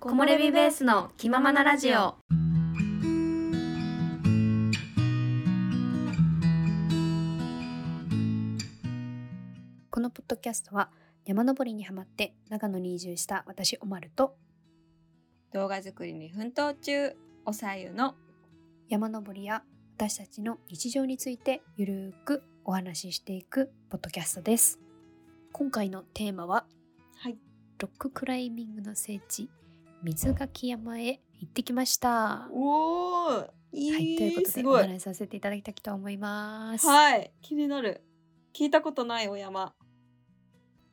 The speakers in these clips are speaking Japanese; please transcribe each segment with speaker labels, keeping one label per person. Speaker 1: 木漏れ日ベースの気ままなラジオ。
Speaker 2: このポッドキャストは山登りにハマって長野に移住した私おまると
Speaker 1: 動画作りに奮闘中、おさゆの。
Speaker 2: 山登りや私たちの日常についてゆるーくお話ししていくポッドキャストです今回のテーマは
Speaker 1: はい。
Speaker 2: ロッククライミングの聖地水垣山へ行ってきました
Speaker 1: おお。い
Speaker 2: はい、ということ
Speaker 1: す
Speaker 2: でお
Speaker 1: ごい。
Speaker 2: 話しさせていただきたいと思います。
Speaker 1: はい。気になる。聞いたことないお山。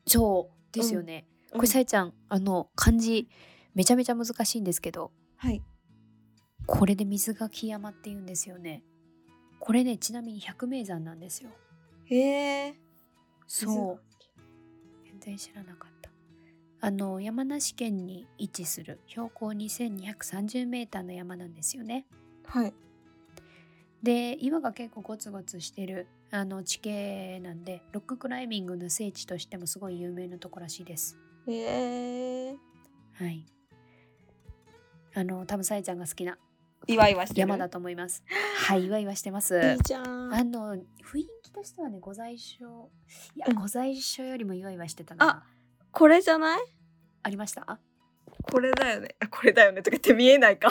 Speaker 2: そうですよね。
Speaker 1: うん
Speaker 2: これさえちゃん、あの漢字めちゃめちゃ難しいんですけど、
Speaker 1: はい。
Speaker 2: これで水垣山って言うんですよね。これね、ちなみに百名山なんですよ。
Speaker 1: へえ。
Speaker 2: そう。全然知らなかった。あの山梨県に位置する標高2230メーターの山なんですよね。
Speaker 1: はい。
Speaker 2: で岩が結構ゴツゴツしてるあの地形なんでロッククライミングの聖地としてもすごい有名なとこらしいです。
Speaker 1: へえ。
Speaker 2: はい。あの多分さえちゃんが好きな
Speaker 1: イワイワしてる。
Speaker 2: 山だと思い ます。はい、いわいわしてま
Speaker 1: い
Speaker 2: す。
Speaker 1: いじゃん。
Speaker 2: あの雰囲気としてはね、御在所いや、
Speaker 1: うん
Speaker 2: 御在所よりもいわいわしてたな。あ、
Speaker 1: これじゃない？
Speaker 2: ありました？
Speaker 1: これだよね。あこれだよねとか言って見えない か。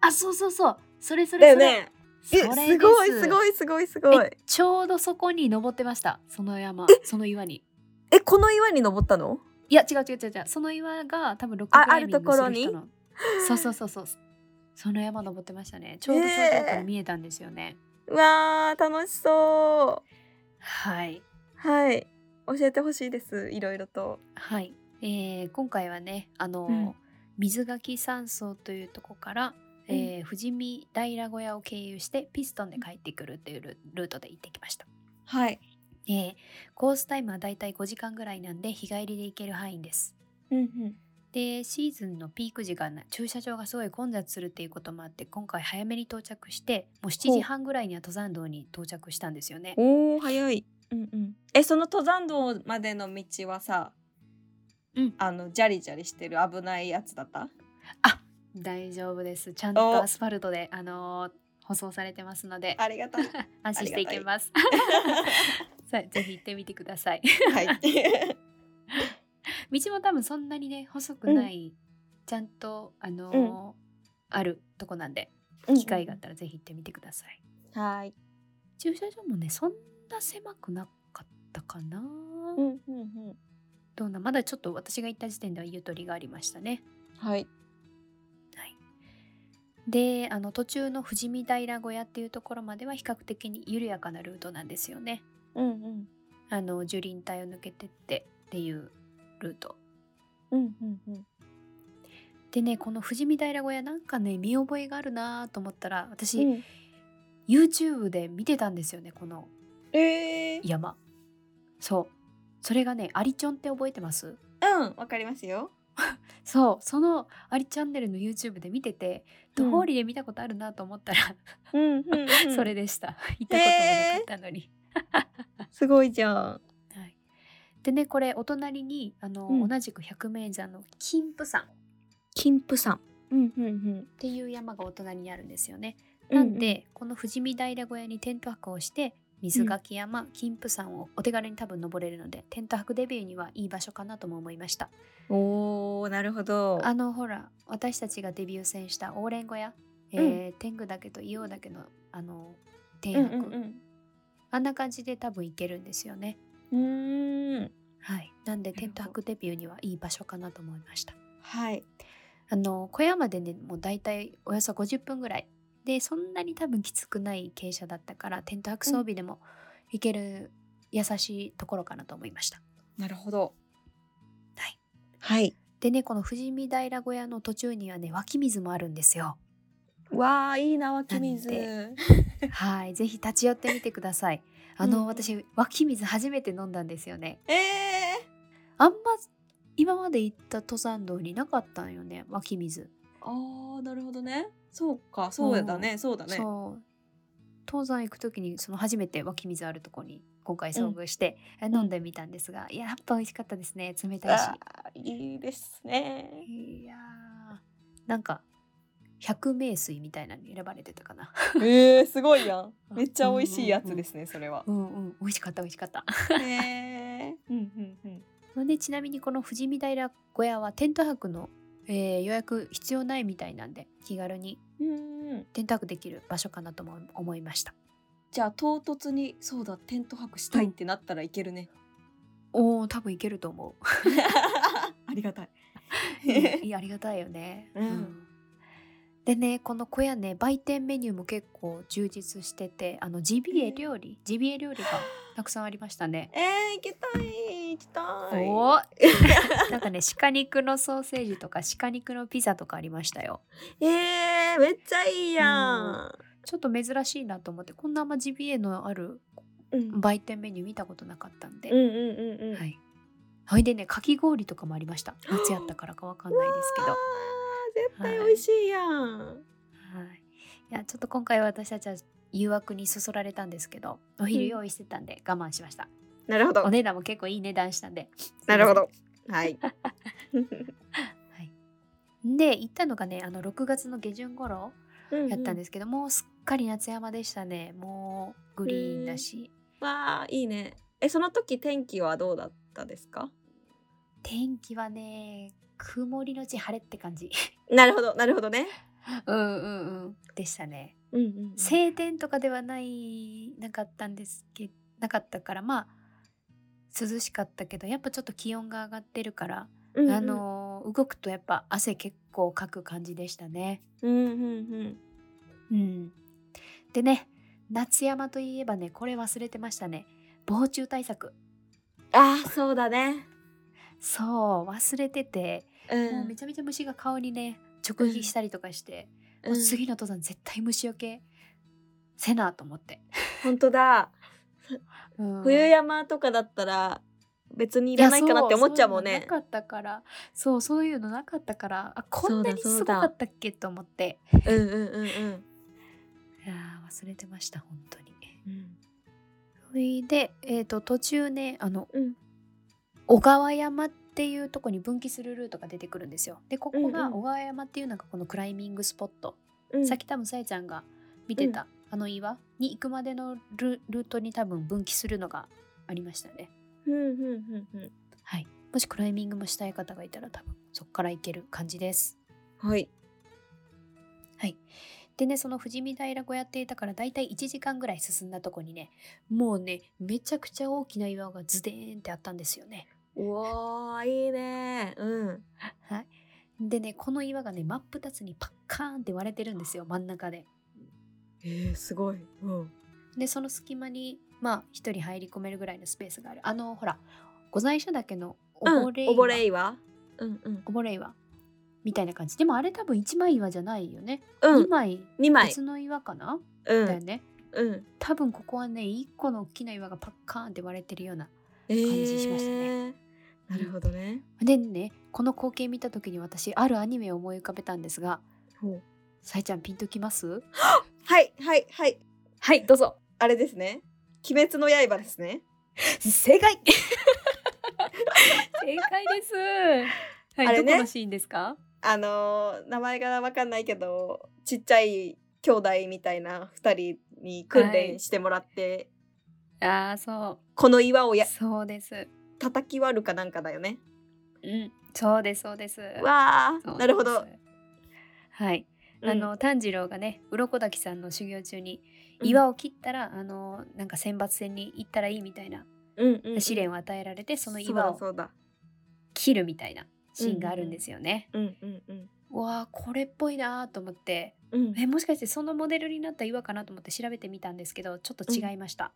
Speaker 2: あ、そうそうそう。それそ
Speaker 1: だよ
Speaker 2: れそれ。
Speaker 1: ね。え
Speaker 2: それ
Speaker 1: すごい
Speaker 2: です
Speaker 1: ごいすごいすごい。
Speaker 2: ちょうどそこに登ってました。その山、その岩に。
Speaker 1: えこの岩に登ったの？
Speaker 2: いや違う違う違う違うその岩が多分ロッククライミングする人のそうそうそうそうその山登ってましたねちょうどちょうどだから見えたんですよね、
Speaker 1: うわー楽しそう。
Speaker 2: はい
Speaker 1: はい。教えてほしいです。いろいろと。
Speaker 2: はい、えー、今回はねあの、
Speaker 1: うん
Speaker 2: 水垣山荘というとこから、えー富士見平小屋を経由してピストンで帰ってくるというルルートで行ってきました
Speaker 1: はい。
Speaker 2: えーコースタイムはだいたい5時間ぐらいなんで日帰りで行ける範囲です
Speaker 1: うんうん。
Speaker 2: でシーズンのピーク時がな駐車場がすごい混雑するっていうこともあって今回早めに到着してもう7
Speaker 1: ほう
Speaker 2: 時半ぐらいには登山道に到着したんですよね。
Speaker 1: おお早い。うんうん。えその登山道までの道はさ、
Speaker 2: うん
Speaker 1: あのジャリジャリしてる危ないやつだった？
Speaker 2: 大丈夫ですちゃんと
Speaker 1: お
Speaker 2: アスファルトで、あのー舗装されてますので
Speaker 1: ありが たい。
Speaker 2: 安心していけます。さあぜひ行ってみてくだ さい。
Speaker 1: はい。
Speaker 2: 道も多分そんなにね細くない、ちゃんと、あのーあるとこなんで機会があったらぜひ行ってみてください。
Speaker 1: はい。
Speaker 2: 駐車場もねそんな狭くなかったかな。
Speaker 1: うんうんうん。
Speaker 2: どうなまだちょっと私が行った時点ではゆとりがありましたね。
Speaker 1: はい。
Speaker 2: はい、であの途中の富士見平小屋っていうところまでは比較的に緩やかなルートなんですよね。
Speaker 1: うんうん。
Speaker 2: あの樹林帯を抜けてってっていうルート。
Speaker 1: うんうんうん。
Speaker 2: でねこの富士見平小屋なんかね見覚えがあるなと思ったら私、
Speaker 1: うん
Speaker 2: YouTube で見てたんですよねこの
Speaker 1: えー、
Speaker 2: 山。そうそれがねアリチョンって覚えてます
Speaker 1: うんわかりますよ。
Speaker 2: そうそのアリチャンネルの YouTube で見てて
Speaker 1: うん
Speaker 2: 通りで見たことあるなと思ったら、
Speaker 1: うんうん、うん
Speaker 2: それでした。 行ったこともなかったのに。
Speaker 1: すごいじゃん。
Speaker 2: はい、でねこれお隣にあの、
Speaker 1: うん
Speaker 2: 同じく百名山の金峰山っ
Speaker 1: 金峰山。うんうんうん。
Speaker 2: ていう山がお隣にあるんですよね。なんで、この富士見平小屋にテント泊をして水垣山、金峰山をお手軽に多分登れるのでテント泊デビューにはいい場所かなとも思いました。
Speaker 1: おおなるほど。
Speaker 2: あのほら私たちがデビュー戦したオーレン小屋、えー天狗岳と硫黄岳のあの
Speaker 1: う
Speaker 2: 天
Speaker 1: ん
Speaker 2: 白、
Speaker 1: うん
Speaker 2: あんな感じで多分行けるんですよね。
Speaker 1: うん。うーん。
Speaker 2: はい、なんで
Speaker 1: なる
Speaker 2: テ
Speaker 1: ほど
Speaker 2: ント泊デビューにはいい場所かなと思いました。
Speaker 1: はい。
Speaker 2: あの小屋までねもうだいたいおよそ50分ぐらいでそんなに多分きつくない傾斜だったからテント泊装備でも行ける優しいところかなと思いました。
Speaker 1: なるほど。
Speaker 2: はい。
Speaker 1: はい。
Speaker 2: でねこの富士見平小屋の途中にはね湧き水もあるんで すよ。
Speaker 1: わあいいな湧き
Speaker 2: な
Speaker 1: 水。
Speaker 2: はい、ぜひ立ち寄ってみてください。あの、
Speaker 1: うん
Speaker 2: 私湧き水初めて飲んだんですよね。
Speaker 1: ええ
Speaker 2: あんま今まで行った登山道になかったんよね、湧き水。
Speaker 1: ああなるほどね。そうかそうだねそうだね。
Speaker 2: そう。登山行くときにその初めて湧き水あるとこに今回遭遇して、え飲んでみたんですがいややっぱ美味しかったですね冷たいし
Speaker 1: あーいいですね。
Speaker 2: いやーなんか百名水みたいなのに選ばれてたかな
Speaker 1: えー、すごいや ん。めっちゃ美味しいやつですね、それは。
Speaker 2: うんうん美味しかった美味しかった
Speaker 1: へーうんうんうん。
Speaker 2: でちなみにこの富士見平小屋はテント泊の、えー予約必要ないみたいなんで気軽に
Speaker 1: うん
Speaker 2: テント泊できる場所かなとも思いました
Speaker 1: じゃあ唐突にそうだテント泊したいってなったらいけるね。
Speaker 2: おー多分いけると思
Speaker 1: ありが たい。
Speaker 2: ういやありがたいよね、
Speaker 1: うん
Speaker 2: でねこの小屋ね売店メニューも結構充実しててあのジビエ料理ジビエ料理がたくさんありましたね
Speaker 1: えー、行きたい行きたい。
Speaker 2: おーなんかね鹿肉のソーセージとか鹿肉のピザとかありましたよ
Speaker 1: えー、めっちゃいいや
Speaker 2: ちょっと珍しいなと思ってこんなあんまジビエのある
Speaker 1: ん。うん
Speaker 2: 売店メニュー見たことなかったんで、
Speaker 1: うんうんうんうん。
Speaker 2: はいほいでねかき氷とかもありました夏やったからかわかんないですけど
Speaker 1: あ
Speaker 2: は
Speaker 1: ー絶対美味しいやん。
Speaker 2: いいやちょっと今回は私たちは誘惑にそそられたんですけどお昼
Speaker 1: うん
Speaker 2: 用意してたんで我慢しました、
Speaker 1: なるほど
Speaker 2: お。値段も結構いい値段したんで
Speaker 1: なるほど。 はい。。
Speaker 2: で行ったのがねあの6月の下旬頃やったんですすけど、もうすっかり夏山でしたねもうグリーンだし、
Speaker 1: わあいいね。えその時天気はどうだったですか？
Speaker 2: 天気はね曇りのち晴れって感じ
Speaker 1: なるほどなるほどね。
Speaker 2: うんうんうんでしたね
Speaker 1: うんうんうん。
Speaker 2: 晴天とかではないなかったんですけなかったからまあ涼しかったけどやっぱちょっと気温が上がってるから、
Speaker 1: うんうん
Speaker 2: あのー動くとやっぱ汗結構かく感じでしたね。
Speaker 1: うんうん
Speaker 2: うん、でね夏山といえばねこれ忘れてましたね防虫対策
Speaker 1: うん。ああそうだね。
Speaker 2: そう忘れてて、
Speaker 1: う
Speaker 2: もうめ
Speaker 1: ん。
Speaker 2: ちゃめちゃ虫が顔にね直撃したりとかして、
Speaker 1: う、
Speaker 2: もうん次の登山絶対虫よけせなと思って。
Speaker 1: 本当だ。
Speaker 2: うん
Speaker 1: 冬山とかだったら別にいらないかなって思っちゃうもん
Speaker 2: いや
Speaker 1: ね
Speaker 2: そ。うそういうのなかったからそうそういうのなかったからあこんなに
Speaker 1: そうだそ
Speaker 2: す
Speaker 1: う
Speaker 2: ご
Speaker 1: だ
Speaker 2: かったっけと思って
Speaker 1: うんうんうん
Speaker 2: いやー忘れてました本当に
Speaker 1: うん。
Speaker 2: それで、えー、と途中ねあの、
Speaker 1: うん
Speaker 2: 小川山っていうとこに分岐するルートが出てくるんですよでここ
Speaker 1: うんう
Speaker 2: が
Speaker 1: ん
Speaker 2: 小川山っていうのがこのクライミングスポット、
Speaker 1: うん、
Speaker 2: さっき多分さえちゃんが見てた、あの岩に行くまでのルルートに多分分岐するのがありましたね
Speaker 1: うんうんうんう
Speaker 2: はいもしクライミングもしたい方がいたら多分そこから行ける感じです
Speaker 1: ん。はい。
Speaker 2: でねその富士見平小屋っていたからだいたい1時間ぐらい進んだとこにねもうねめちゃくちゃ大きな岩がズデーンってあったんですよね。
Speaker 1: おおいいね。うん。
Speaker 2: はい、でねこの岩がね真っ二つにパッカーンって割れてるんですよ真ん中で。
Speaker 1: えー、すごい。うん。
Speaker 2: でその隙間にまあ一人入り込めるぐらいのスペースがあるあのほら御在所だけの溺れ岩,、
Speaker 1: 溺れ岩。うんうん。
Speaker 2: 溺れ岩みたいな感じでもあれ多分1枚岩じゃないよね、
Speaker 1: う
Speaker 2: 2
Speaker 1: ん。
Speaker 2: 枚
Speaker 1: 二枚
Speaker 2: 別。の岩かな、
Speaker 1: う
Speaker 2: だよ
Speaker 1: ん。
Speaker 2: ね
Speaker 1: うん。
Speaker 2: 多分ここはね1個の大きな岩がパッカーンって割れてるような
Speaker 1: え
Speaker 2: じしました
Speaker 1: ーなるほどね。
Speaker 2: でねこの光景見た時に私あるアニメを思い浮かべたんですが
Speaker 1: ほう
Speaker 2: さえちゃんピンときます
Speaker 1: はいはいはい。
Speaker 2: はいどうぞ
Speaker 1: あれですね。鬼滅の刃ですね。
Speaker 2: 正解正解 ですはい、
Speaker 1: あれね
Speaker 2: どこのシーンですか
Speaker 1: あのー名前がわかんないけどちっちゃい兄弟みたいな二人に訓練してもらって、
Speaker 2: ああそ
Speaker 1: この岩を
Speaker 2: う
Speaker 1: や
Speaker 2: そうです
Speaker 1: 叩き割るかなんかだよね。
Speaker 2: うんそうですそうです
Speaker 1: わあ
Speaker 2: そうんです
Speaker 1: なるほど。
Speaker 2: はい、
Speaker 1: うん
Speaker 2: あの炭治郎がね鱗滝さんの修行中に
Speaker 1: うん
Speaker 2: 岩を切ったら、あのなんか選抜戦に行ったらいいみたいな
Speaker 1: うんうんうん
Speaker 2: 試練を与えられて、その岩を
Speaker 1: そうだ
Speaker 2: 切るみたいなシーンがあるんですよね、
Speaker 1: そうだ。うんうんうん
Speaker 2: うわあこれっぽいなーと思って
Speaker 1: うん。
Speaker 2: えもしかしてそのモデルになった岩かなと思って調べてみたんですけどちょっと違いました、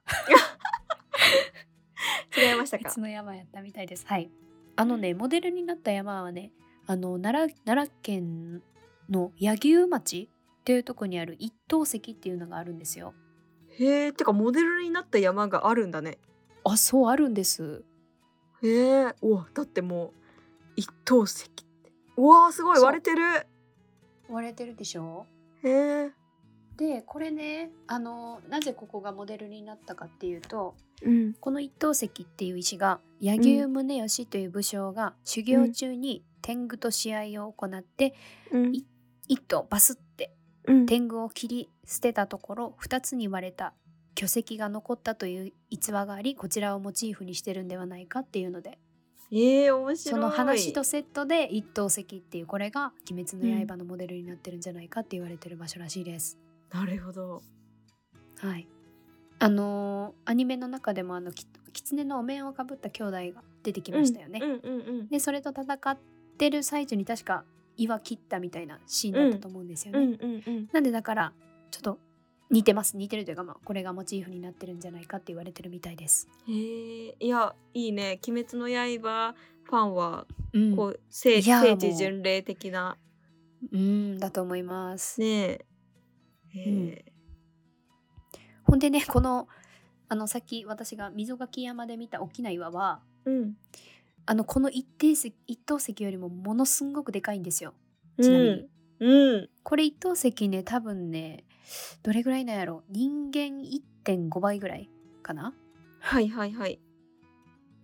Speaker 1: 違いましたか
Speaker 2: 別。の山やったみたいですはいあのねモデルになった山はねあの奈良奈良県の柳生町っていうとこにある一等石っていうのがあるんですよ
Speaker 1: へえ。てかモデルになった山があるんだね。
Speaker 2: あそうあるんです
Speaker 1: へえ。うわだってもう一等石って。うわあすごい
Speaker 2: そう
Speaker 1: 割れてる。
Speaker 2: 割れてるでしょ
Speaker 1: へえ。
Speaker 2: でこれねあのなぜここがモデルになったかっていうと
Speaker 1: うん
Speaker 2: この一等石っていう石が柳生宗義という武将が修行中に天狗と試合を行って
Speaker 1: うん
Speaker 2: 一頭バスって
Speaker 1: うん
Speaker 2: 天狗を切り捨てたところ2つに割れた巨石が残ったという逸話がありこちらをモチーフにしてるんではないかっていうので
Speaker 1: ええ面白い
Speaker 2: その話とセットで一等石っていうこれが「鬼滅の刃」のモデルになってるんじゃないかって言われてる場所らしいです。
Speaker 1: なるほど
Speaker 2: はい。あのーアニメの中でもあのき狐のお面をかぶった兄弟が出てきましたよね。
Speaker 1: うんうんうん
Speaker 2: でそれと戦ってる最中に確か岩切ったみたいなシーンだったと思うんですよ
Speaker 1: う
Speaker 2: ね。
Speaker 1: んうんうん
Speaker 2: なんでだからちょっと似てます似てるというか、まあ、これがモチーフになってるんじゃないかって言われてるみたいです。
Speaker 1: へえいやいいね「鬼滅の刃」ファンは
Speaker 2: うん、
Speaker 1: こう、聖
Speaker 2: いや
Speaker 1: 聖
Speaker 2: も
Speaker 1: 地
Speaker 2: う
Speaker 1: 巡礼的な
Speaker 2: うんだと思います。
Speaker 1: ねえへえ、
Speaker 2: ほんでねこのあのさっき私が溝垣山で見た大きな岩は
Speaker 1: うん
Speaker 2: あのこの一定石一等石よりもものすんごくでかいんですよ。
Speaker 1: う
Speaker 2: ちなみに
Speaker 1: んうん
Speaker 2: これ一等石ね多分ねどれぐらいなんやろ人間1.5倍ぐらいかな
Speaker 1: はいはいはい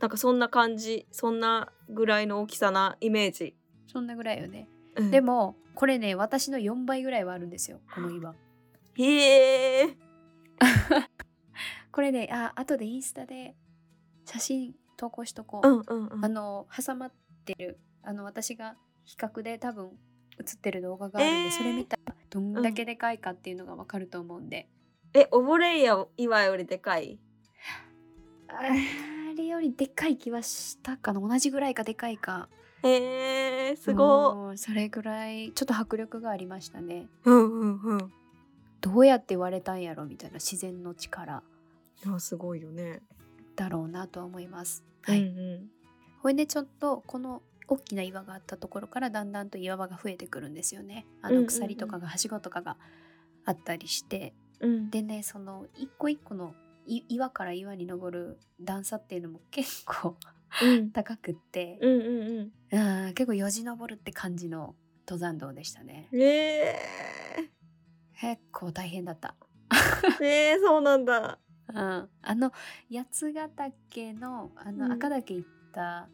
Speaker 1: なんかそんな感じそんなぐらいの大きさなイメージ、
Speaker 2: そんなぐらいよね、
Speaker 1: うん
Speaker 2: でもこれね私の4倍ぐらいはあるんですよこの岩
Speaker 1: へえ
Speaker 2: これねあ後でインスタで写真投稿しとこう、
Speaker 1: うんうんうん
Speaker 2: あの挟まってるあの私が比較で多分映ってる動画があるんで、
Speaker 1: えー
Speaker 2: それ見たらどんだけでかいかっていうのがわかると思うんで、
Speaker 1: え溺れや岩よりでかい
Speaker 2: あれよりでかい気はしたかな同じぐらいかでかいか
Speaker 1: へえすご
Speaker 2: うんそれぐらいちょっと迫力がありましたね
Speaker 1: いうんうんうん
Speaker 2: どうやって割れたんやろみたいな自然の力
Speaker 1: いやすごいよね
Speaker 2: だろうなとは思いますはい、
Speaker 1: うんうん
Speaker 2: ほいでちょっとこの大きな岩があったところからだんだんと岩場が増えてくるんですよねあ
Speaker 1: うんうん
Speaker 2: の
Speaker 1: うん
Speaker 2: 鎖とかがはしごとかがあったりして、
Speaker 1: うん
Speaker 2: でねその一個一個のい岩から岩に登る段差っていうのも結構
Speaker 1: うん
Speaker 2: 高くって、
Speaker 1: うんうん
Speaker 2: うん、結構よじ登るって感じの登山道でしたね
Speaker 1: うんえー
Speaker 2: 結構大変だった
Speaker 1: えー、そうなんだ。
Speaker 2: うんあの八ヶ岳のあ
Speaker 1: うん
Speaker 2: の赤岳行った、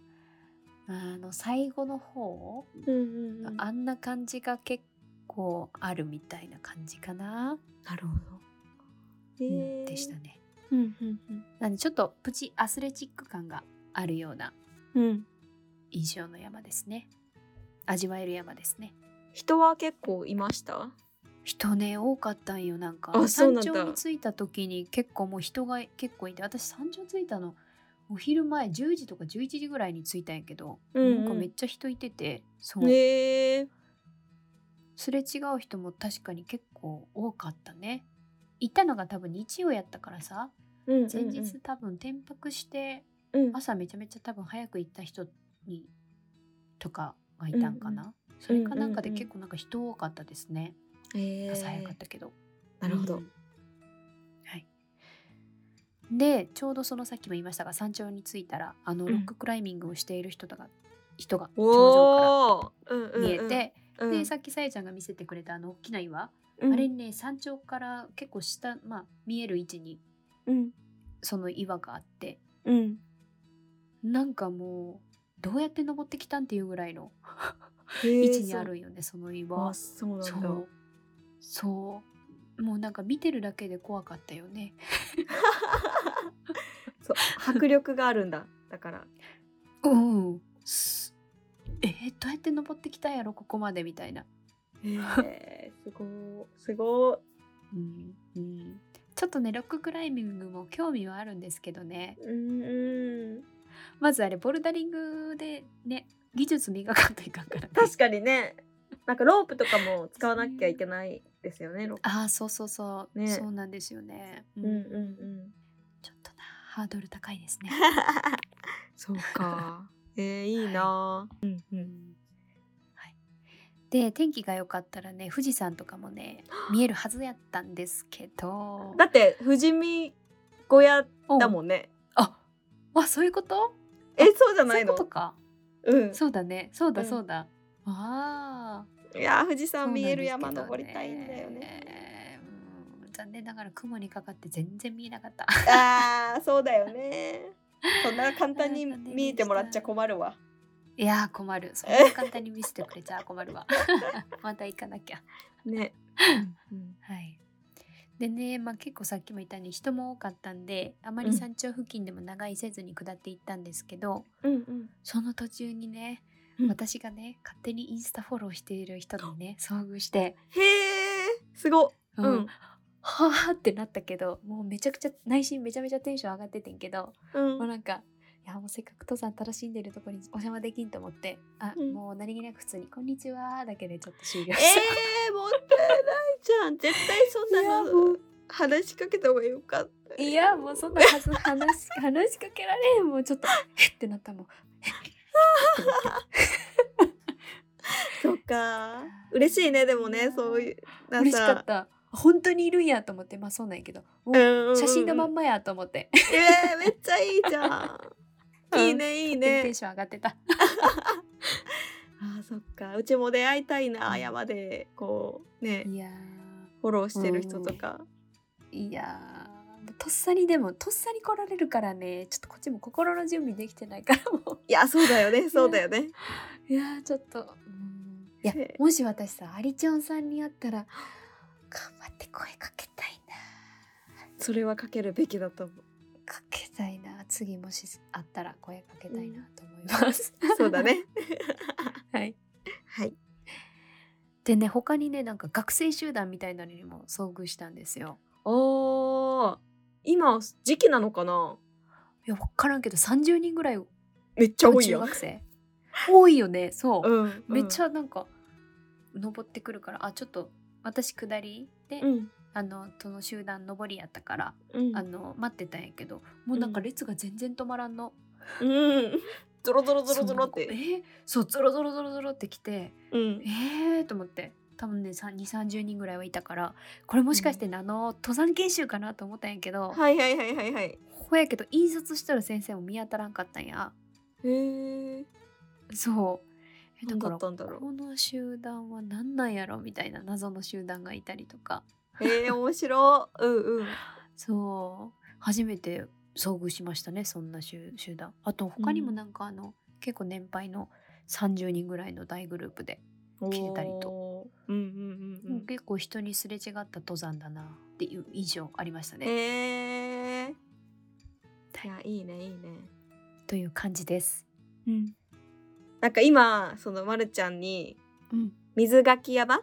Speaker 2: あの最後の方、
Speaker 1: うんうんうん、
Speaker 2: あんな感じが結構あるみたいな感じかな、
Speaker 1: なるほど。え
Speaker 2: うん
Speaker 1: ー、
Speaker 2: でした。ね。
Speaker 1: うんうんうん
Speaker 2: なんでちょっとプチアスレチック感があるような
Speaker 1: うん。
Speaker 2: 印象の山ですね。味わえる山ですね。
Speaker 1: 人は結構いました。
Speaker 2: 人ね多かったんよなんか
Speaker 1: あそう
Speaker 2: 山
Speaker 1: なんだ
Speaker 2: 頂に着いた時に結構もう人が結構いて私山頂着いたのお昼前10時とか11時ぐらいに着いたんやけど、
Speaker 1: うんうん
Speaker 2: なんかめっちゃ人いててそう、
Speaker 1: ええ
Speaker 2: すれ違う人も確かに結構多かったね行ったのが多分日曜やったからさ
Speaker 1: うんうんうん。
Speaker 2: 前日多分転泊して
Speaker 1: うん。
Speaker 2: 朝めちゃめちゃ多分早く行った人にとかがいたんかな、
Speaker 1: う
Speaker 2: それかなんかで
Speaker 1: うんうんうん
Speaker 2: 結構なんか人多かったですね、
Speaker 1: え
Speaker 2: 朝早かっ
Speaker 1: ー、
Speaker 2: たけど。
Speaker 1: なるほ
Speaker 2: う
Speaker 1: ど
Speaker 2: ん。はい、でちょうどそのさっきも言いましたが山頂に着いたらあの
Speaker 1: うん
Speaker 2: ロッククライミングをしている人とか、人が頂上
Speaker 1: おお。うん
Speaker 2: から見えて、
Speaker 1: うんうん、
Speaker 2: でさっきさやちゃんが見せてくれたあの大きな岩、
Speaker 1: うん
Speaker 2: あれにね山頂から結構下、まあ、見える位置に
Speaker 1: うん
Speaker 2: その岩があって
Speaker 1: うん。
Speaker 2: なんかもうどうやって登ってきたんっていうぐらいの
Speaker 1: えー
Speaker 2: 位置にあ。るんよね、その
Speaker 1: そう
Speaker 2: 岩
Speaker 1: あ、。そうな
Speaker 2: そ
Speaker 1: んだ。
Speaker 2: うそうもうなんか見てるだけで怖かったよね。
Speaker 1: そう迫力があるんだ。だから。
Speaker 2: うん。すえーどうやって登ってきたんやろここまでみたいな、
Speaker 1: えー、すごいすごい。
Speaker 2: うんうん、ちょっとねロッククライミングも興味はあるんですけどね
Speaker 1: うんうん。
Speaker 2: まずあれボルダリングでね技術磨かんといかんからね、
Speaker 1: 確かにね。なんかロープとかも使わなきゃいけないですよね。ロープ
Speaker 2: ああそうそうそう、
Speaker 1: ね
Speaker 2: そうなんですよね、う
Speaker 1: うんんうんうん。
Speaker 2: ちょっとなハードル高いですね、
Speaker 1: そうか。 えー、いいなあ、うんう
Speaker 2: う。んはい、で天気が良かったらね富士山とか もね見えるはずやったんですけど
Speaker 1: だって富士見小屋
Speaker 2: お
Speaker 1: だもんね。
Speaker 2: ああそういうこと
Speaker 1: えそうじゃ
Speaker 2: そう
Speaker 1: ないいうの？
Speaker 2: ことか
Speaker 1: うん。
Speaker 2: そうだね、そう
Speaker 1: う
Speaker 2: だ
Speaker 1: ん
Speaker 2: そうだ。ああ、
Speaker 1: いやー富士
Speaker 2: そう
Speaker 1: 山
Speaker 2: なん
Speaker 1: 見
Speaker 2: で
Speaker 1: え
Speaker 2: すけどね
Speaker 1: る山登りたいんだよね。。
Speaker 2: うったんでだから雲にかかって全然見えなかった。
Speaker 1: あ ーそうだよねそんな簡単に見えてもらっちゃ困るわ
Speaker 2: いやー困る。そんな簡単に見せてくれちゃ困るわ。 また行かなきゃ。
Speaker 1: ね、
Speaker 2: はい。でね、まあ、結構さっきも言ったように人も多かったんであまり山頂付近でも長居せずに下っていったんですけど、
Speaker 1: うんうん
Speaker 2: その途中にね、
Speaker 1: うん
Speaker 2: 私がね勝手にインスタフォローしている人にね遭遇して、
Speaker 1: へーすごっ
Speaker 2: う
Speaker 1: うん
Speaker 2: はあってなったけどもうめちゃくちゃ内心めちゃめちゃテンション上がっててんけど、
Speaker 1: うん
Speaker 2: もうなんか。いやもうせっかく登山楽しんでるとこにお邪魔できんと思ってあ、
Speaker 1: うん
Speaker 2: もう何気なく普通に「こんにちは」だけでちょっと終了
Speaker 1: え
Speaker 2: し
Speaker 1: ー、
Speaker 2: た、
Speaker 1: もったいないじゃん絶対そん
Speaker 2: いや
Speaker 1: な
Speaker 2: も
Speaker 1: の
Speaker 2: う
Speaker 1: 話しかけた方がよかった
Speaker 2: いやもうそんなは ず話し話しかけられんもうちょっとえってなったもん
Speaker 1: そっか嬉しいねでもねそういうなん
Speaker 2: 嬉しかった本当にいるんやと思ってまあそうなんやけど、お
Speaker 1: うん
Speaker 2: 写真のまん
Speaker 1: ま
Speaker 2: まやと思って
Speaker 1: えー、めっちゃいいじ ゃんいいねいい
Speaker 2: テ
Speaker 1: ね
Speaker 2: ンション上がってた
Speaker 1: あーそっかうちも出会いたいな
Speaker 2: うん
Speaker 1: 山でこうね
Speaker 2: いや
Speaker 1: フォローしてる人とか、
Speaker 2: ーいやーとっさにでもとっさに来られるからねちょっとこっちも心の準備できてないからも
Speaker 1: いやそうだよ ねそうだよね
Speaker 2: ういやーちょっとうんいや
Speaker 1: ね
Speaker 2: もし私さアリちゃんさんに会ったら頑張って声かけたいな
Speaker 1: それはかけるべきだと思う
Speaker 2: かけたいな次もしあったら声かけたいなと思います、
Speaker 1: そうだね
Speaker 2: はい
Speaker 1: はい
Speaker 2: でね他にねなんか学生集団みたいなのにも遭遇したんですよ
Speaker 1: おー今時期なのかない
Speaker 2: や分からんけど30人ぐらい
Speaker 1: めっちゃ多い
Speaker 2: 中
Speaker 1: よ
Speaker 2: 学生多いよねそう、
Speaker 1: うん
Speaker 2: めっち
Speaker 1: ゃ
Speaker 2: ゃなんか登ってくるからあちょっと私下りで、
Speaker 1: うん
Speaker 2: あのその集団登りやったから、
Speaker 1: うん
Speaker 2: あの待ってたんやけどもうなん
Speaker 1: う
Speaker 2: か
Speaker 1: ん
Speaker 2: 列が全然止まらんの、
Speaker 1: うんゾロゾロゾロゾロっ
Speaker 2: そう
Speaker 1: て
Speaker 2: なんかえーそうゾロゾロゾロゾロってきて
Speaker 1: うん
Speaker 2: えーと思って多分ね2 3 0人ぐらいはいたからこれもしかして、あの登山研修かなと思ったんやけど、
Speaker 1: はいはいはいはいはい
Speaker 2: ほやけど印刷しとる先生も見当たらんかったんや
Speaker 1: へー
Speaker 2: そうえ
Speaker 1: 何だ
Speaker 2: から
Speaker 1: ったんだろう
Speaker 2: この集団は何なんやろみたいな謎の集団がいたりとか
Speaker 1: へー面白いうんうん
Speaker 2: そう初めて遭遇しましたねそんな集集団あと他にも
Speaker 1: うん
Speaker 2: なんかあの、結構年配の30人ぐらいの大グループで、消えたりと
Speaker 1: とうんうんうんうん
Speaker 2: 結構人にすれ違った登山だなっていう印象ありましたね、
Speaker 1: へえ
Speaker 2: は
Speaker 1: い
Speaker 2: い
Speaker 1: やいいねいいね
Speaker 2: という感じです
Speaker 1: うんなんか今そのまるちゃんに
Speaker 2: うん
Speaker 1: 水垣山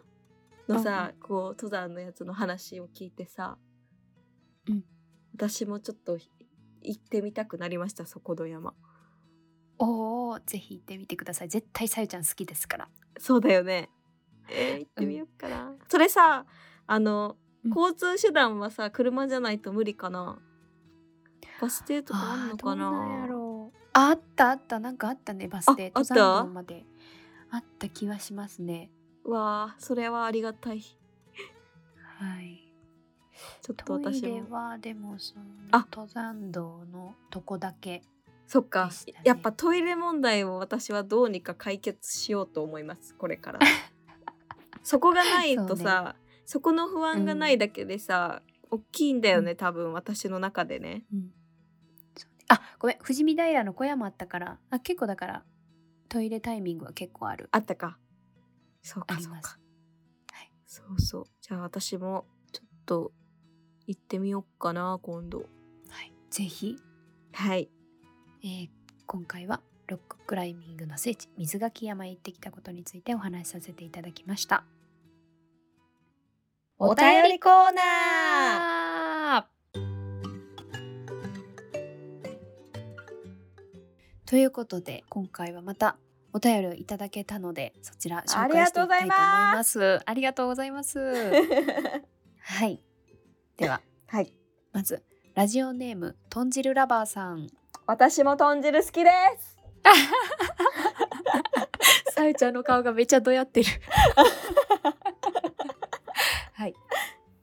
Speaker 1: のさ、こう登山のやつの話を聞いてさ、
Speaker 2: うん
Speaker 1: 私もちょっと行ってみたくなりましたそこの山
Speaker 2: おーぜひ行ってみてください絶対さゆちゃん好きですから
Speaker 1: そうだよねえー行ってみようかな、それさあの、
Speaker 2: うん
Speaker 1: 交通手段はさ車じゃないと無理かなバス停とかあんのか
Speaker 2: あーどんなんや
Speaker 1: な
Speaker 2: ろうああったあったなんかあったねバス停
Speaker 1: ああ
Speaker 2: 登
Speaker 1: った
Speaker 2: 山道まであった気はしますね
Speaker 1: わあそれはありがたいち
Speaker 2: はい
Speaker 1: ょっと
Speaker 2: トイ
Speaker 1: 私
Speaker 2: レ
Speaker 1: も
Speaker 2: はでもその
Speaker 1: あ
Speaker 2: 登山道のとこだけ
Speaker 1: そっか、
Speaker 2: でしたね
Speaker 1: やっぱトイレ問題を私はどうにか解決しようと思いますこれから そこがないとさそ,、この不安がないだけでさ、大きいんだよね多分私の中でね
Speaker 2: うんそうねあごめん富士見平の小屋もあったからあ結構だからトイレタイミングは結構ある
Speaker 1: あったかそう
Speaker 2: あ
Speaker 1: か
Speaker 2: り
Speaker 1: そう
Speaker 2: ま
Speaker 1: か
Speaker 2: すはい
Speaker 1: そうそうじゃあ私もちょっと行ってみようかな今度
Speaker 2: はいぜひ、
Speaker 1: はい
Speaker 2: えー今回はロッククライミングの聖地水垣山へ行ってきたことについてお話しさせていただきましたお便り
Speaker 1: コー
Speaker 2: ということで今回はまたお便りをいただけたのでそちら
Speaker 1: あ
Speaker 2: 紹
Speaker 1: り
Speaker 2: 介
Speaker 1: が
Speaker 2: し
Speaker 1: と
Speaker 2: ていうき
Speaker 1: ござ
Speaker 2: たいと思
Speaker 1: い
Speaker 2: い
Speaker 1: ま
Speaker 2: ます。ありがとうございます。
Speaker 1: ー
Speaker 2: はい。では
Speaker 1: はい
Speaker 2: まずラジオネームとんじるラバーさん。
Speaker 1: 私も豚汁好きです
Speaker 2: さゆちゃんの顔がめっちゃどやってる。はい。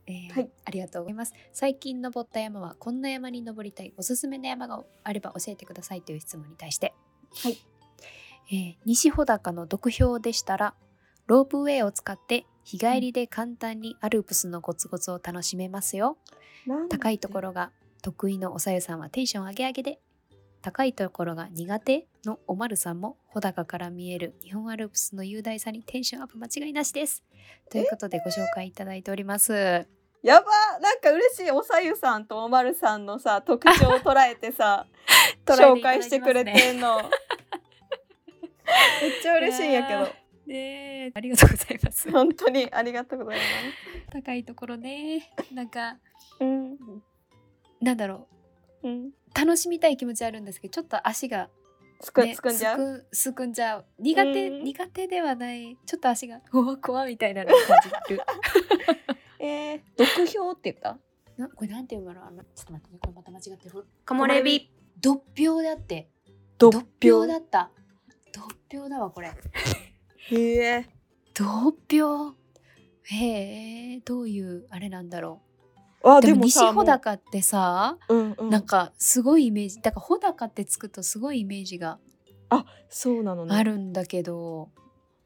Speaker 2: えー
Speaker 1: はい
Speaker 2: ありがとうございます。最近登った山はこんな山に登りたいおすすめの山があれば教えてくださいという質問に対して、
Speaker 1: はい
Speaker 2: えー西穂高の独標でしたらロープウェイを使って日帰りで簡単にアルプスのゴツゴツを楽しめますよ高いとこ
Speaker 1: ろ
Speaker 2: ろが得意のおさゆさんはテンション上げ上げで高いところが苦手のおまるさんも穂高から見える日本アルプスの雄大さにテンションアップ間違いなしですということでご紹介いただいております
Speaker 1: やばなんか嬉しいおさゆさんとおまるさんのさ特徴を捉えてさ
Speaker 2: 捉
Speaker 1: 紹
Speaker 2: えていただきますね
Speaker 1: 介してくれてんのめっちゃ嬉しいんやけ
Speaker 2: い
Speaker 1: ど
Speaker 2: やねえありがとうございます
Speaker 1: 本当にありがとうござい
Speaker 2: 高いところねなんか
Speaker 1: ますうん
Speaker 2: なんだろ
Speaker 1: うん
Speaker 2: う楽しみたい気持ちあるんですけどちょっと足が
Speaker 1: つく
Speaker 2: ね
Speaker 1: つくんじゃう、
Speaker 2: すくすくんじゃう苦手
Speaker 1: うん
Speaker 2: 苦手ではないちょっと足がうわ怖みたいなのを感じ る
Speaker 1: えー、毒評って言った
Speaker 2: なこれなんて読むのあのちょっと待ってねこれまた間違ってる
Speaker 1: カ
Speaker 2: モレビドッピョウだって
Speaker 1: 毒
Speaker 2: ドッだったドッピョウだわこれ
Speaker 1: へえ
Speaker 2: ドッピョウへえどういうあれなんだろ
Speaker 1: あ
Speaker 2: うでも西
Speaker 1: さ
Speaker 2: 穂高ってさ
Speaker 1: もううんうん
Speaker 2: なんかすごいイメージだから穂高ってつくとすごいイメージが
Speaker 1: そうなの
Speaker 2: あ
Speaker 1: ね
Speaker 2: るんだけど、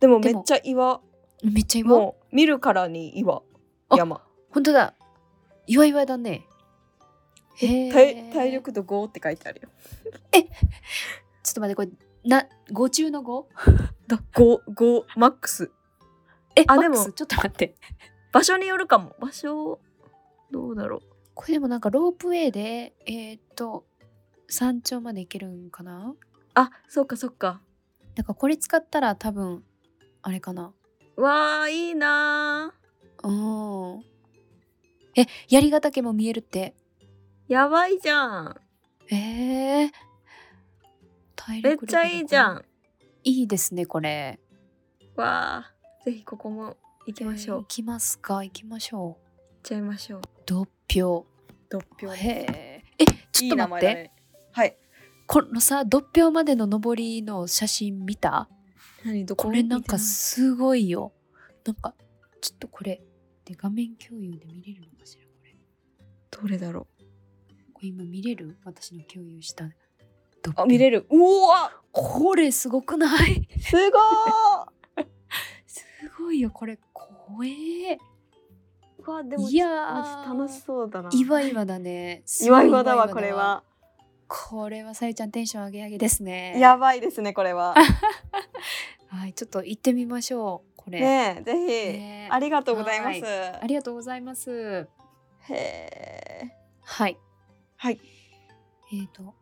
Speaker 1: でもめっちゃ岩
Speaker 2: めっちゃ今
Speaker 1: もう見るからに岩
Speaker 2: あ
Speaker 1: 山
Speaker 2: 本当だ岩岩だねへえ
Speaker 1: 体体力度5って書いてあるよ
Speaker 2: ちょっと待ってこれな五中の五
Speaker 1: 5 5マックス
Speaker 2: え
Speaker 1: あ
Speaker 2: マック
Speaker 1: でも
Speaker 2: スちょっと待って
Speaker 1: 場所によるかも場所どうだろ
Speaker 2: これでもなんかロープウェイでえーっと山頂まで行けるんかな
Speaker 1: うあそっかそっか
Speaker 2: なんかこれ使ったら多分あれかな
Speaker 1: わあいいなー
Speaker 2: うんえ槍ヶ岳も見えるって
Speaker 1: やばいじゃん
Speaker 2: えー、体
Speaker 1: めっ
Speaker 2: 力レベル
Speaker 1: ちゃいいじゃ
Speaker 2: か
Speaker 1: ん
Speaker 2: いいですねこれ
Speaker 1: わあぜひここも行きましょう、
Speaker 2: えー行
Speaker 1: 行っ
Speaker 2: きますか行きましょう
Speaker 1: ちゃいましょう
Speaker 2: ドッピョ
Speaker 1: 独
Speaker 2: ウ
Speaker 1: 票
Speaker 2: へええちょっと待って
Speaker 1: はい
Speaker 2: このさドッピョウまでの登りの写真見た
Speaker 1: 何どこ
Speaker 2: これなんかすごいよなんかちょっとこれで画面共有で見れるのかしらこれ
Speaker 1: どれだろ
Speaker 2: これ今見れる私の共有したドッ
Speaker 1: う
Speaker 2: ピョ
Speaker 1: あ
Speaker 2: ウ
Speaker 1: 見れるうわ
Speaker 2: これすごくない
Speaker 1: すごー
Speaker 2: すごいよこれ怖え
Speaker 1: う わで
Speaker 2: いやー
Speaker 1: 楽しそうだな。
Speaker 2: 岩岩だねすご
Speaker 1: 岩
Speaker 2: い
Speaker 1: 岩だわこれは。
Speaker 2: これはさゆちゃんテンション上げ上げですね
Speaker 1: やばいですねこれは。
Speaker 2: はいちょっと行ってみましょうこれ、
Speaker 1: ねえぜ
Speaker 2: ね
Speaker 1: ひありがとうございます。
Speaker 2: ありがとうございます
Speaker 1: へえ。
Speaker 2: はい
Speaker 1: はい。
Speaker 2: えー、と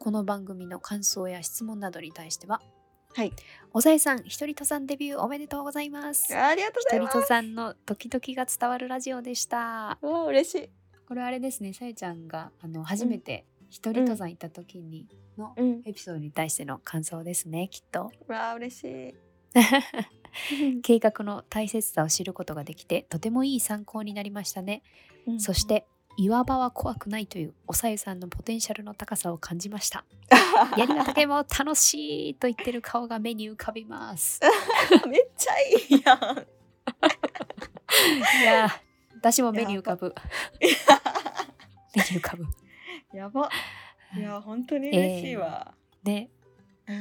Speaker 2: この番組の感想や質問などに対しては
Speaker 1: はい
Speaker 2: おさえさん一人登山デビューおめでとうございます
Speaker 1: ありがとう
Speaker 2: 一
Speaker 1: ござい
Speaker 2: 人
Speaker 1: ます。
Speaker 2: 登山のドキドキが伝わるラジオでした
Speaker 1: うわ嬉しい。
Speaker 2: これあれですねさゆちゃんがあの初めて一人登山行った時にの
Speaker 1: うん。
Speaker 2: エピソードに対しての感想ですねきっと
Speaker 1: うわ嬉しい。
Speaker 2: 計画の大切さを知ることができてとてもいい参考になりましたね
Speaker 1: うん
Speaker 2: そし。て岩場は怖くないというおさゆさんのポテンシャルの高さを感じました やりたけも楽しいと言ってる顔が目に浮かび ます。
Speaker 1: めっちゃいいやん。
Speaker 2: いやー、私も目に浮かぶ。 目に浮かぶ。
Speaker 1: やば。いや本当に嬉しいわ。
Speaker 2: で、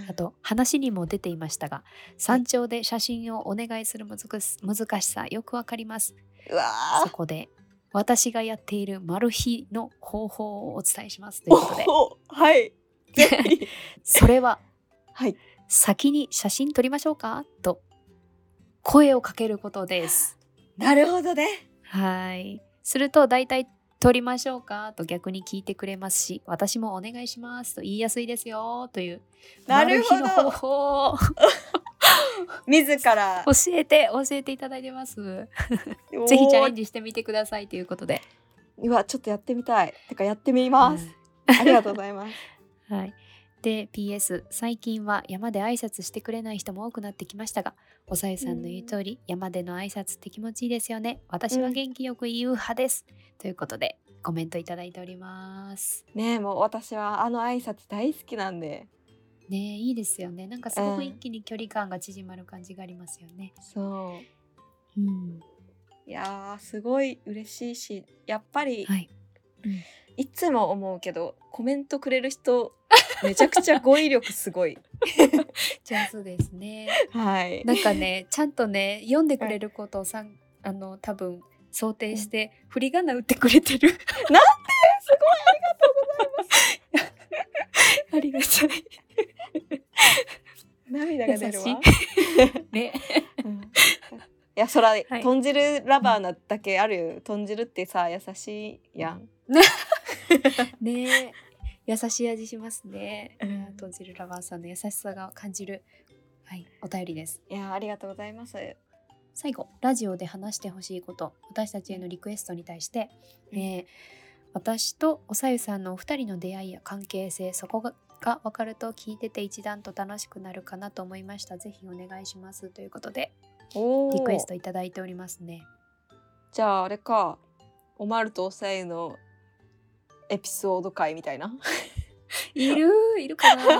Speaker 2: あと話にも出ていましたが、山頂で写真をお願いする難し難しさよくわかります。
Speaker 1: うわ
Speaker 2: そこで私がやっているマル秘の方法をお伝えしますということで、
Speaker 1: おはい。ぜひ
Speaker 2: それは
Speaker 1: はい。
Speaker 2: 先に写真撮りましょうかと声をかけることです。
Speaker 1: なるほどね。
Speaker 2: はい。すると大体撮りましょうかと逆に聞いてくれますし、私もお願いしますと言いやすいですよという
Speaker 1: なるほ
Speaker 2: マ
Speaker 1: ど
Speaker 2: ル秘の方法を
Speaker 1: 自ら
Speaker 2: 教えて教えていただいてます。 ぜひチャレンジしてみてくださいということで。
Speaker 1: おーうわちょっとやってみたい。てかやってみます。 ありがとうございます。
Speaker 2: はい。で、PS、最近は山で挨拶してくれない人も多くなってきましたが、おさゆさんの言う通り、山での挨拶って気持ちいいですよね。私は元気よく言う派です。ということで、コメントいただいております。
Speaker 1: ねえもう私はあの挨拶大好きなんで
Speaker 2: ねえいいですよねなんかすご
Speaker 1: う
Speaker 2: く
Speaker 1: ん
Speaker 2: 一気に距離感が縮まる感じがありますよね、
Speaker 1: そ
Speaker 2: うん、
Speaker 1: ういやーすごい嬉しいしやっぱり
Speaker 2: はいうん
Speaker 1: いつも思うけどコメントくれる人めちゃくちゃ語彙力すごい
Speaker 2: 上手ですね。
Speaker 1: はい
Speaker 2: なんかね、ちゃんとね、読んでくれることをさん、あの、多分想定して、振り仮名打ってくれてる。
Speaker 1: ありがたい 涙が出るわ
Speaker 2: 優しいね。
Speaker 1: うんいやそら、
Speaker 2: い
Speaker 1: 豚汁ラバーなだけあるよ豚汁ってさ優しいやん
Speaker 2: ね優しい味しますね。
Speaker 1: うん
Speaker 2: いや豚汁ラバーさんの優しさが感じる。はい、お便りです。
Speaker 1: いやありがとうございます
Speaker 2: 最後ラジオで話してほしいこと私たちへのリクエストに対して、
Speaker 1: うん
Speaker 2: えー私とおさゆさんのお二人の出会いや関係性そこがが分かると聞いてて一段と楽しくなるかなと思いましたぜひお願いしますということで
Speaker 1: おー
Speaker 2: リクエストいただいておりますね
Speaker 1: じゃああれかおまるとおさゆのエピソード会みたいな
Speaker 2: いるいるかな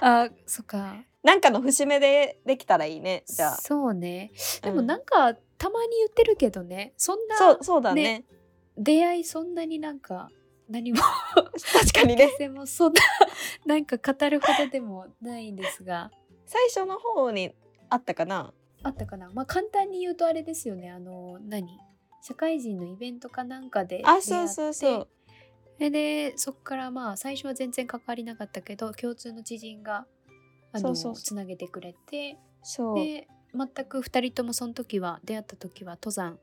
Speaker 2: あそっか
Speaker 1: なんかの節目でできたらいいねじゃあ
Speaker 2: そうねで
Speaker 1: う
Speaker 2: もなんか、たまに言ってるけどねそんな
Speaker 1: そうそうだね
Speaker 2: 出会いそんなになんか何も
Speaker 1: 確かにね
Speaker 2: でもそんな なんか語るほどでもないんですが
Speaker 1: 最初の方にあったかな
Speaker 2: あったかなまあ簡単に言うとあれですよねあの何社会人のイベントかなんかで
Speaker 1: あそうそうそう
Speaker 2: 出会ってでそっからまあ最初は全然関わりなかったけど共通の知人があの
Speaker 1: そうそうそう
Speaker 2: つなげてくれて
Speaker 1: そう
Speaker 2: で全く2人ともその時は出会った時は登山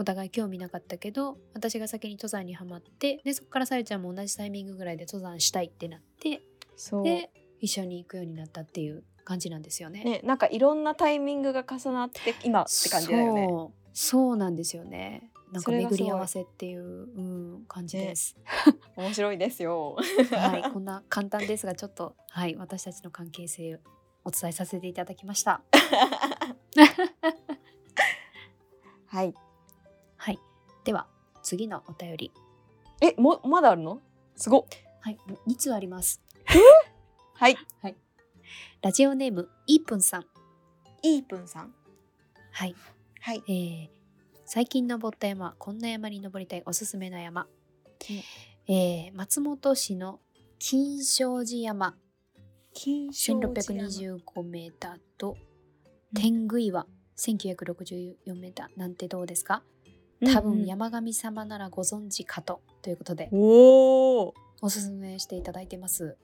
Speaker 2: お互い興味なかったけど私が先に登山にはまってでそこからさゆちゃんも同じタイミングぐらいで登山したいってなって
Speaker 1: そう
Speaker 2: で一緒に行くようになったっていう感じなんですよね。
Speaker 1: ねなんかいろんなタイミングが重なって今って感じだよね
Speaker 2: そうそうなんですよね。なん
Speaker 1: そ
Speaker 2: か
Speaker 1: れがすご
Speaker 2: 巡
Speaker 1: い
Speaker 2: り合わせっていう、うん、感じです。
Speaker 1: 面白いですよ
Speaker 2: はい、こんな簡単ですがちょっとはい私たちの関係性をお伝えさせていただきました。
Speaker 1: はい
Speaker 2: はい、では次のお便り
Speaker 1: えもまだあるのすごっ
Speaker 2: はい2通あります。
Speaker 1: はい
Speaker 2: ラジオネームイープンさん
Speaker 1: イープンさん
Speaker 2: はい、
Speaker 1: はい
Speaker 2: えー最近登った山こんな山に登りたいおすすめの山、えー松本市の金勝寺山
Speaker 1: 金
Speaker 2: 1625メーターと天狗岩1964メーターなんてどうですか多分山神様ならご存知かとということで
Speaker 1: おお
Speaker 2: おすすめしていただいてます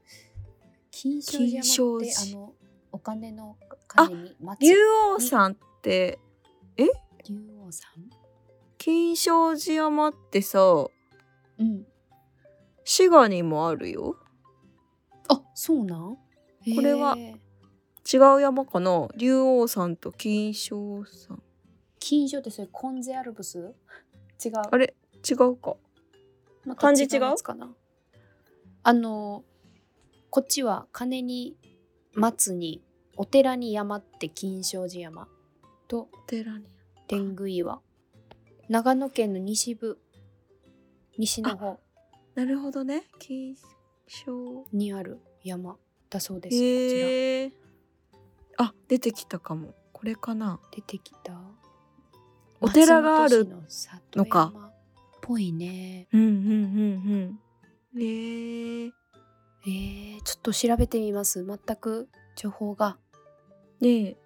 Speaker 2: 金賞
Speaker 1: 金
Speaker 2: 寺山ってあ
Speaker 1: 賞寺
Speaker 2: のお金の金に松
Speaker 1: 竜
Speaker 2: 竜
Speaker 1: 王さんって
Speaker 2: 王さん
Speaker 1: 金賞寺山ってさ
Speaker 2: うん
Speaker 1: 滋賀にもあるよ
Speaker 2: あそうなん
Speaker 1: これは
Speaker 2: へー
Speaker 1: 違う山かな竜王さんと金賞さん
Speaker 2: 金賞ってそれコンゼアルブス違う
Speaker 1: あれ違うか
Speaker 2: また
Speaker 1: 漢字違う
Speaker 2: やつかなあのこっちは鐘に松にお寺に山って金勝寺山と
Speaker 1: お寺に
Speaker 2: 天狗岩長野県の西部西の方
Speaker 1: なるほどね金賞
Speaker 2: にある山だそうです、こ
Speaker 1: へえあ出てきたかもこれかな
Speaker 2: ちら出てきた
Speaker 1: お寺がある
Speaker 2: 松本市
Speaker 1: のか
Speaker 2: 里山っぽいね
Speaker 1: うんうんうんうんへえ
Speaker 2: えー、ちょっと調べてみます全く情報が
Speaker 1: ねえ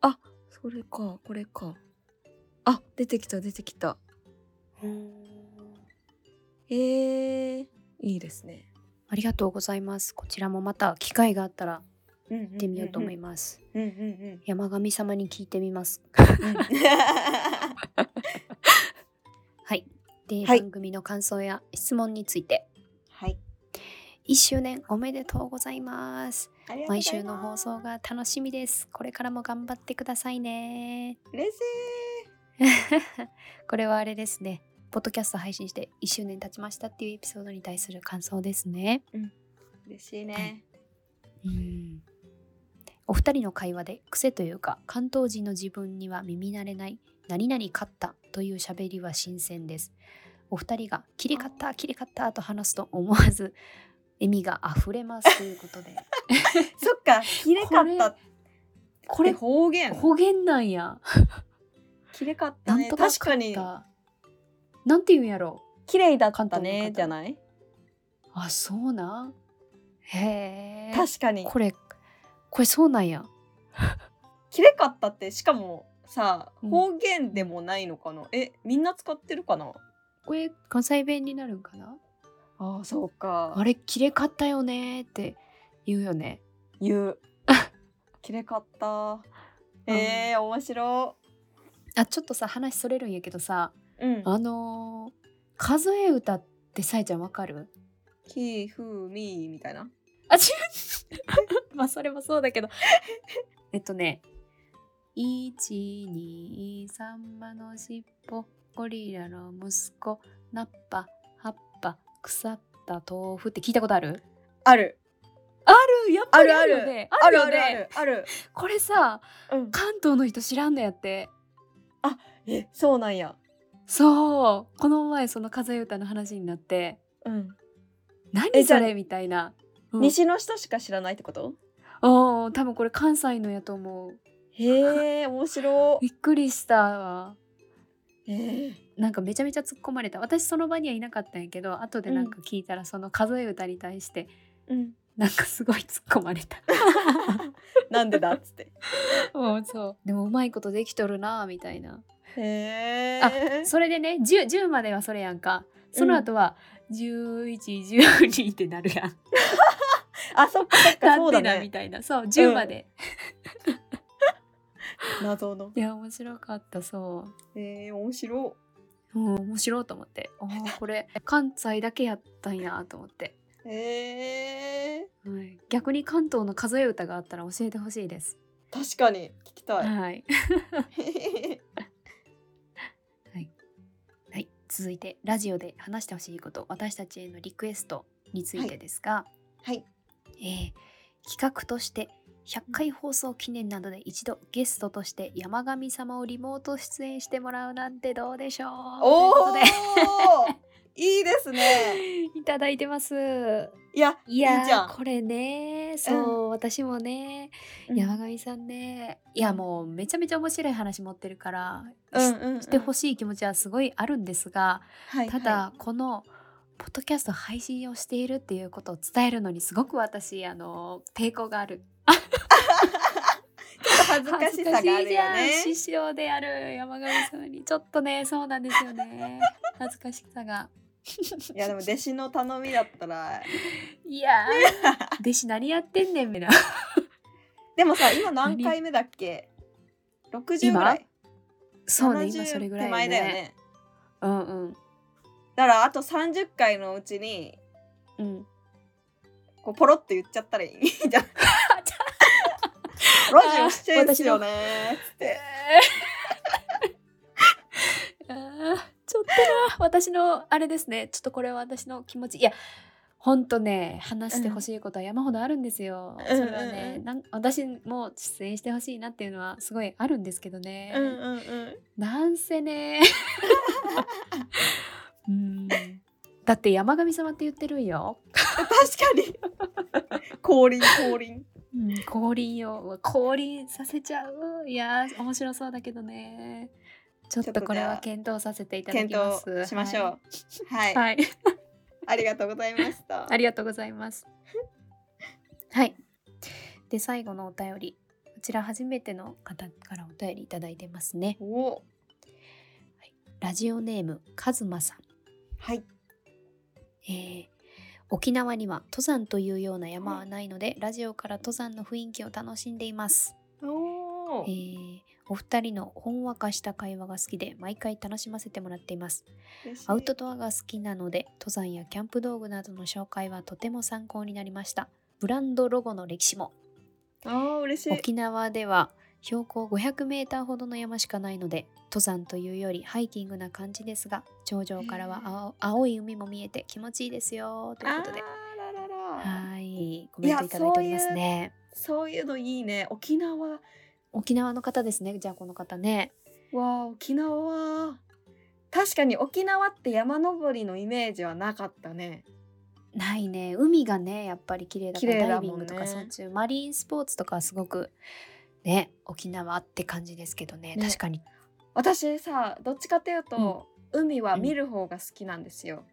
Speaker 1: あそれかこれかあ出てきた出てきたへえいいですね
Speaker 2: ありがとうございますこちらもまた機会があったら
Speaker 1: 行
Speaker 2: 行ってみようと思い
Speaker 1: ま
Speaker 2: ます。
Speaker 1: す。うんうんうん
Speaker 2: 山神様に聞いてみます。 はい。で、
Speaker 1: はい
Speaker 2: 番組の感想や質問について、
Speaker 1: はい。
Speaker 2: 1周年おめでとうございます。
Speaker 1: ありがとうございます
Speaker 2: 毎週の放送が楽しみです。これからも頑張ってくださいね。
Speaker 1: 嬉し
Speaker 2: これはあれですね。ポッドキャスト配信して1周年経ちましたっていうエピソードに対する感想ですね。
Speaker 1: い。嬉しいね。
Speaker 2: うんお二人の会話で癖というか関東人の自分には耳慣れない何々勝ったという喋りは新鮮ですお二人が切り勝った切り勝ったと話すと思わず 笑みが溢れますということで
Speaker 1: そっか、切れかった。
Speaker 2: これ
Speaker 1: って方言。
Speaker 2: 方言なんや
Speaker 1: 切れかった
Speaker 2: なん
Speaker 1: ね。
Speaker 2: とか
Speaker 1: 確か
Speaker 2: 勝っ
Speaker 1: に。
Speaker 2: たなんて言うんやろ
Speaker 1: 綺麗だった
Speaker 2: 関東の
Speaker 1: ね
Speaker 2: 方
Speaker 1: じゃない
Speaker 2: あそうなんへえ
Speaker 1: 確かに
Speaker 2: これこれそうなんや
Speaker 1: 綺麗かったってしかもさ
Speaker 2: うん
Speaker 1: 方言でもないのかな、えみんな使ってるかな
Speaker 2: これ関西弁になるんかな
Speaker 1: ああそうか
Speaker 2: あれ綺麗かったよねって言うよね
Speaker 1: 言 う綺麗かったえー、面白
Speaker 2: あちょっとさ話それるんやけどさ
Speaker 1: うん
Speaker 2: あのー数え歌ってさえちゃんわかる
Speaker 1: ひふみみたいな
Speaker 2: あ違う まあそれもそうだけど えっとね123マのしっぽゴリラの息子ナッパ葉っぱ腐った豆腐って聞いたことある
Speaker 1: ある
Speaker 2: あるやっぱりあるよね
Speaker 1: ある
Speaker 2: よ
Speaker 1: あ
Speaker 2: ね
Speaker 1: るあるある
Speaker 2: これさ
Speaker 1: うん
Speaker 2: 関東の人知らんのやって
Speaker 1: えそうなんや
Speaker 2: そうこの前その風歌の話になって
Speaker 1: うんえ
Speaker 2: 何
Speaker 1: じゃ
Speaker 2: そ
Speaker 1: あ
Speaker 2: れみたいな、うん、
Speaker 1: 西の人しか知らないってこと
Speaker 2: おー多分これ関西のやと思う
Speaker 1: へえ 面白
Speaker 2: びっくりしたわ
Speaker 1: えー、
Speaker 2: なんかめちゃめちゃ突っ込まれた私その場にはいなかったんやけど後でなんか聞いたらその数え歌に対して
Speaker 1: うん
Speaker 2: なんかすごい突っ込まれ た
Speaker 1: なんでだっつって
Speaker 2: もうそうでもうまいことできとるなみたいな
Speaker 1: へえ
Speaker 2: それでね 10, 10まではそれやんかその後は1112ってなるやん、
Speaker 1: あそっかそっか
Speaker 2: な
Speaker 1: そ
Speaker 2: ん
Speaker 1: うだ
Speaker 2: でなみ
Speaker 1: ね
Speaker 2: たいなそう10まで、
Speaker 1: 謎の
Speaker 2: いや面白かったそう
Speaker 1: えー、面白
Speaker 2: うん、面白いと 思ってあーこれ関西だけやったんやと思って、
Speaker 1: えー、
Speaker 2: はい、逆に関東の数え歌があったら教えてほしいです
Speaker 1: 確かに聞きた い、
Speaker 2: はい、はいはい、続いてラジオで話してほしいこと私たちへのリクエストについてですが、
Speaker 1: はい
Speaker 2: えー企画として100回放送記念などで一度ゲストとして山神様をリモート出演してもらうなんてどうでしょう
Speaker 1: お
Speaker 2: ということ
Speaker 1: お
Speaker 2: で
Speaker 1: いいですね
Speaker 2: いただいてます
Speaker 1: いや
Speaker 2: いやー
Speaker 1: いいじゃん
Speaker 2: これねそう、私もね山上さんねいやもうめちゃめちゃ面白い話持ってるから、
Speaker 1: う
Speaker 2: し
Speaker 1: んうんうん
Speaker 2: してほしい気持ちはすごいあるんですが、
Speaker 1: はい
Speaker 2: た
Speaker 1: は
Speaker 2: だこのポッドキャスト配信をしているっていうことを伝えるのにすごく私あの抵抗がある
Speaker 1: いちょっと恥ずかしさがあるよ
Speaker 2: 恥ずかしい
Speaker 1: ね
Speaker 2: じゃん師匠である山上さんにちょっとねそうなんですよね恥ずかしさが
Speaker 1: いやでも弟子の頼みだったら
Speaker 2: いや ー弟子何やってんねんみたいな
Speaker 1: でもさ今何回目だっけ60ぐらい
Speaker 2: そうね
Speaker 1: 70
Speaker 2: 今それぐらい
Speaker 1: 手前だよね
Speaker 2: うんうん
Speaker 1: だからあと30回のうちに
Speaker 2: うん
Speaker 1: こうポロッと言っちゃったらいいん じゃんラジオしちゃいですよねつっ て
Speaker 2: あーちょっとな私のあれですねちょっとこれは私の気持ちいやほんとね話してほしいことは山ほどあるんですよ、
Speaker 1: うん
Speaker 2: それはね、
Speaker 1: うん
Speaker 2: なん私も出演してほしいなっていうのはすごいあるんですけどね、
Speaker 1: うんうんうん
Speaker 2: なん せねうんだって山神様って言ってるんよ、
Speaker 1: 確かに降臨降臨
Speaker 2: うん、降臨ようわ降臨させちゃういやー面白そうだけどねちょっ
Speaker 1: ちょっとじ
Speaker 2: と
Speaker 1: ゃあ
Speaker 2: これは検討させていただき
Speaker 1: 検
Speaker 2: ます
Speaker 1: 討しましょうはい、
Speaker 2: はいはい
Speaker 1: ありがとうございました
Speaker 2: ありがとうございます。はい。で最後のお便り。こちら初めての方からお便りいただいてますね。
Speaker 1: お
Speaker 2: ラジオネームカズマさん。
Speaker 1: はい
Speaker 2: えー沖縄には登山というような山はないので、ラジオから登山の雰囲気を楽しんでいます。
Speaker 1: お
Speaker 2: えーお二人のほんわかした会話が好きで毎回楽しませてもらっています。アウトドアが好きなので登山やキャンプ道具などの紹介はとても参考になりましたブランドロゴの歴史も
Speaker 1: あー嬉しい
Speaker 2: 沖縄では標高 500m ほどの山しかないので登山というよりハイキングな感じですが頂上からは青青い海も見えて気持ちいいですよということで
Speaker 1: あーららら
Speaker 2: はいコメントいただいておりますね
Speaker 1: そういうのいいね沖縄
Speaker 2: 沖縄の方ですねじゃあこの方ね
Speaker 1: わあ沖縄確かに沖縄って山登りのイメージはなかったね
Speaker 2: ないね海がねやっぱり綺麗だから
Speaker 1: 綺麗
Speaker 2: ダ
Speaker 1: だ
Speaker 2: イビ
Speaker 1: も
Speaker 2: ン
Speaker 1: ん
Speaker 2: グ
Speaker 1: ね
Speaker 2: とかそういうマリンスポーツとかはすごくね沖縄って感じですけどね
Speaker 1: ね
Speaker 2: 確かに
Speaker 1: 私さどっちかというと、海は
Speaker 2: うん
Speaker 1: 見る方が好きなんですよ、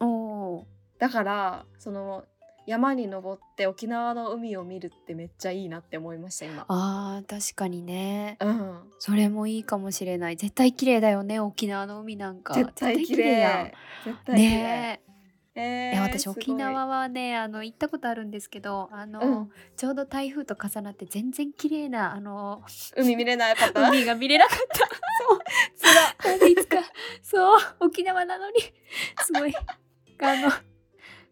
Speaker 2: おー
Speaker 1: だからその山に登って沖縄の海を見るってめっちゃいいなって思いました今
Speaker 2: あー確かにね
Speaker 1: うん
Speaker 2: それもいいかもしれない絶対綺麗だよね沖縄の海なんか
Speaker 1: 絶対綺麗絶
Speaker 2: やん
Speaker 1: 対綺麗
Speaker 2: ねえ
Speaker 1: え
Speaker 2: いや私
Speaker 1: すごい
Speaker 2: 沖縄はねあの行ったことあるんですけどあの、
Speaker 1: うん
Speaker 2: ちょうど台風と重なって全然綺麗なあの
Speaker 1: 海見れないパターン
Speaker 2: 海が見れなかった。そう、つらいつか、そう、沖縄な のに、すごい。あの、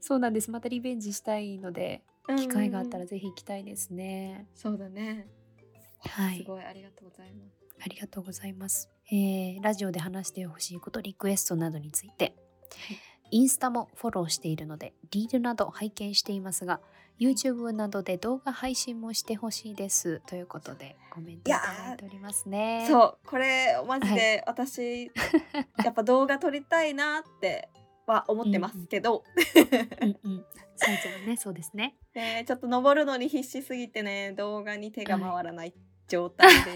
Speaker 2: そうなんです。またリベンジしたいので、機会があった
Speaker 1: うん
Speaker 2: らぜひ行きたいですね。
Speaker 1: そうだね
Speaker 2: は
Speaker 1: す
Speaker 2: い、
Speaker 1: ごいありがとうございます
Speaker 2: ありがとうございます。えーラジオで話してほしいこと、リクエストなどについて、インスタもフォローしているので、リールなど拝見していますが、YouTube などで動画配信もしてほしいですということでコメントいただいておりますね。
Speaker 1: そうこれマジで私、やっぱ動画撮りたいなっては思ってますけど、
Speaker 2: うんうん、サイズもね、そうですね。
Speaker 1: ねちょっと登るのに必死すぎてね動画に手が回らない状態で、
Speaker 2: そう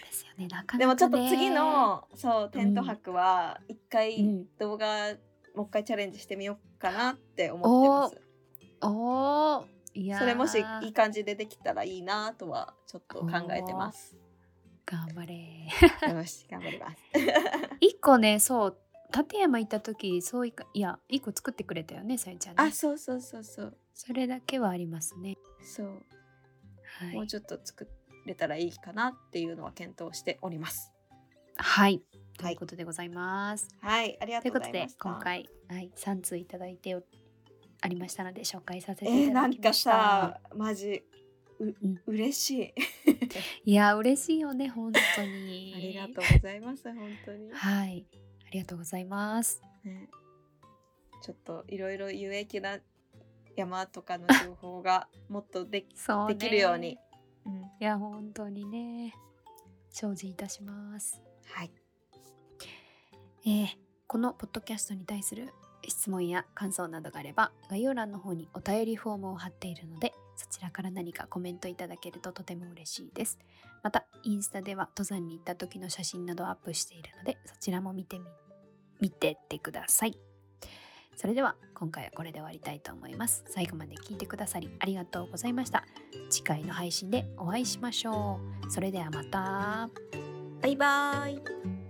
Speaker 2: ですよ ね。なかなか、ね、
Speaker 1: でもちょっと次、のそうテント泊は一
Speaker 2: う
Speaker 1: 回
Speaker 2: ん、
Speaker 1: 動画もう一回チャレンジしてみようかなって思ってま
Speaker 2: おお、いやー
Speaker 1: すそれもしいい感じでできたらいいなとはちょっと考えてます
Speaker 2: 頑張れ。
Speaker 1: よし頑張ります
Speaker 2: 一個ね、そう立山行った時、そういかいや一個作ってくれたよね、さゆちゃん、
Speaker 1: あ
Speaker 2: ね。
Speaker 1: そうそうそうそう
Speaker 2: それだけはありますね。
Speaker 1: そう
Speaker 2: は
Speaker 1: もう
Speaker 2: い。
Speaker 1: ちょっと作れたらいいかなっていうのは検討しております。
Speaker 2: はい。ということでございます。
Speaker 1: はい、ありが
Speaker 2: とい
Speaker 1: と
Speaker 2: う
Speaker 1: うご
Speaker 2: こと
Speaker 1: ざいま
Speaker 2: で
Speaker 1: した。
Speaker 2: 今回はい三通いただいておありましたので紹介させ
Speaker 1: え
Speaker 2: てい
Speaker 1: ー
Speaker 2: た
Speaker 1: な
Speaker 2: だ
Speaker 1: ん
Speaker 2: き
Speaker 1: か
Speaker 2: ました。
Speaker 1: さ、マジう、
Speaker 2: ん
Speaker 1: 嬉し
Speaker 2: いや嬉しいよね本当
Speaker 1: い。
Speaker 2: に。
Speaker 1: ありがとうございます、本当に。
Speaker 2: はい。ありがとうございます。
Speaker 1: ね、ちょっといろいろ有益な山とかの情報がもっとでき
Speaker 2: そうね
Speaker 1: できるように。うん、
Speaker 2: いや本当にね精進いたします、
Speaker 1: はい、
Speaker 2: えーこのポッドキャストに対する質問や感想などがあれば概要欄の方にお便りフォームを貼っているのでそちらから何かコメントいただけるととても嬉しいですまたインスタでは登山に行った時の写真などをアップしているのでそちらも見てみ見てってくださいそれでは今回はこれで終わりたいと思います最後まで聞いてくださりありがとうございました次回の配信でお会いしましょうそれではまた
Speaker 1: バイバーイ。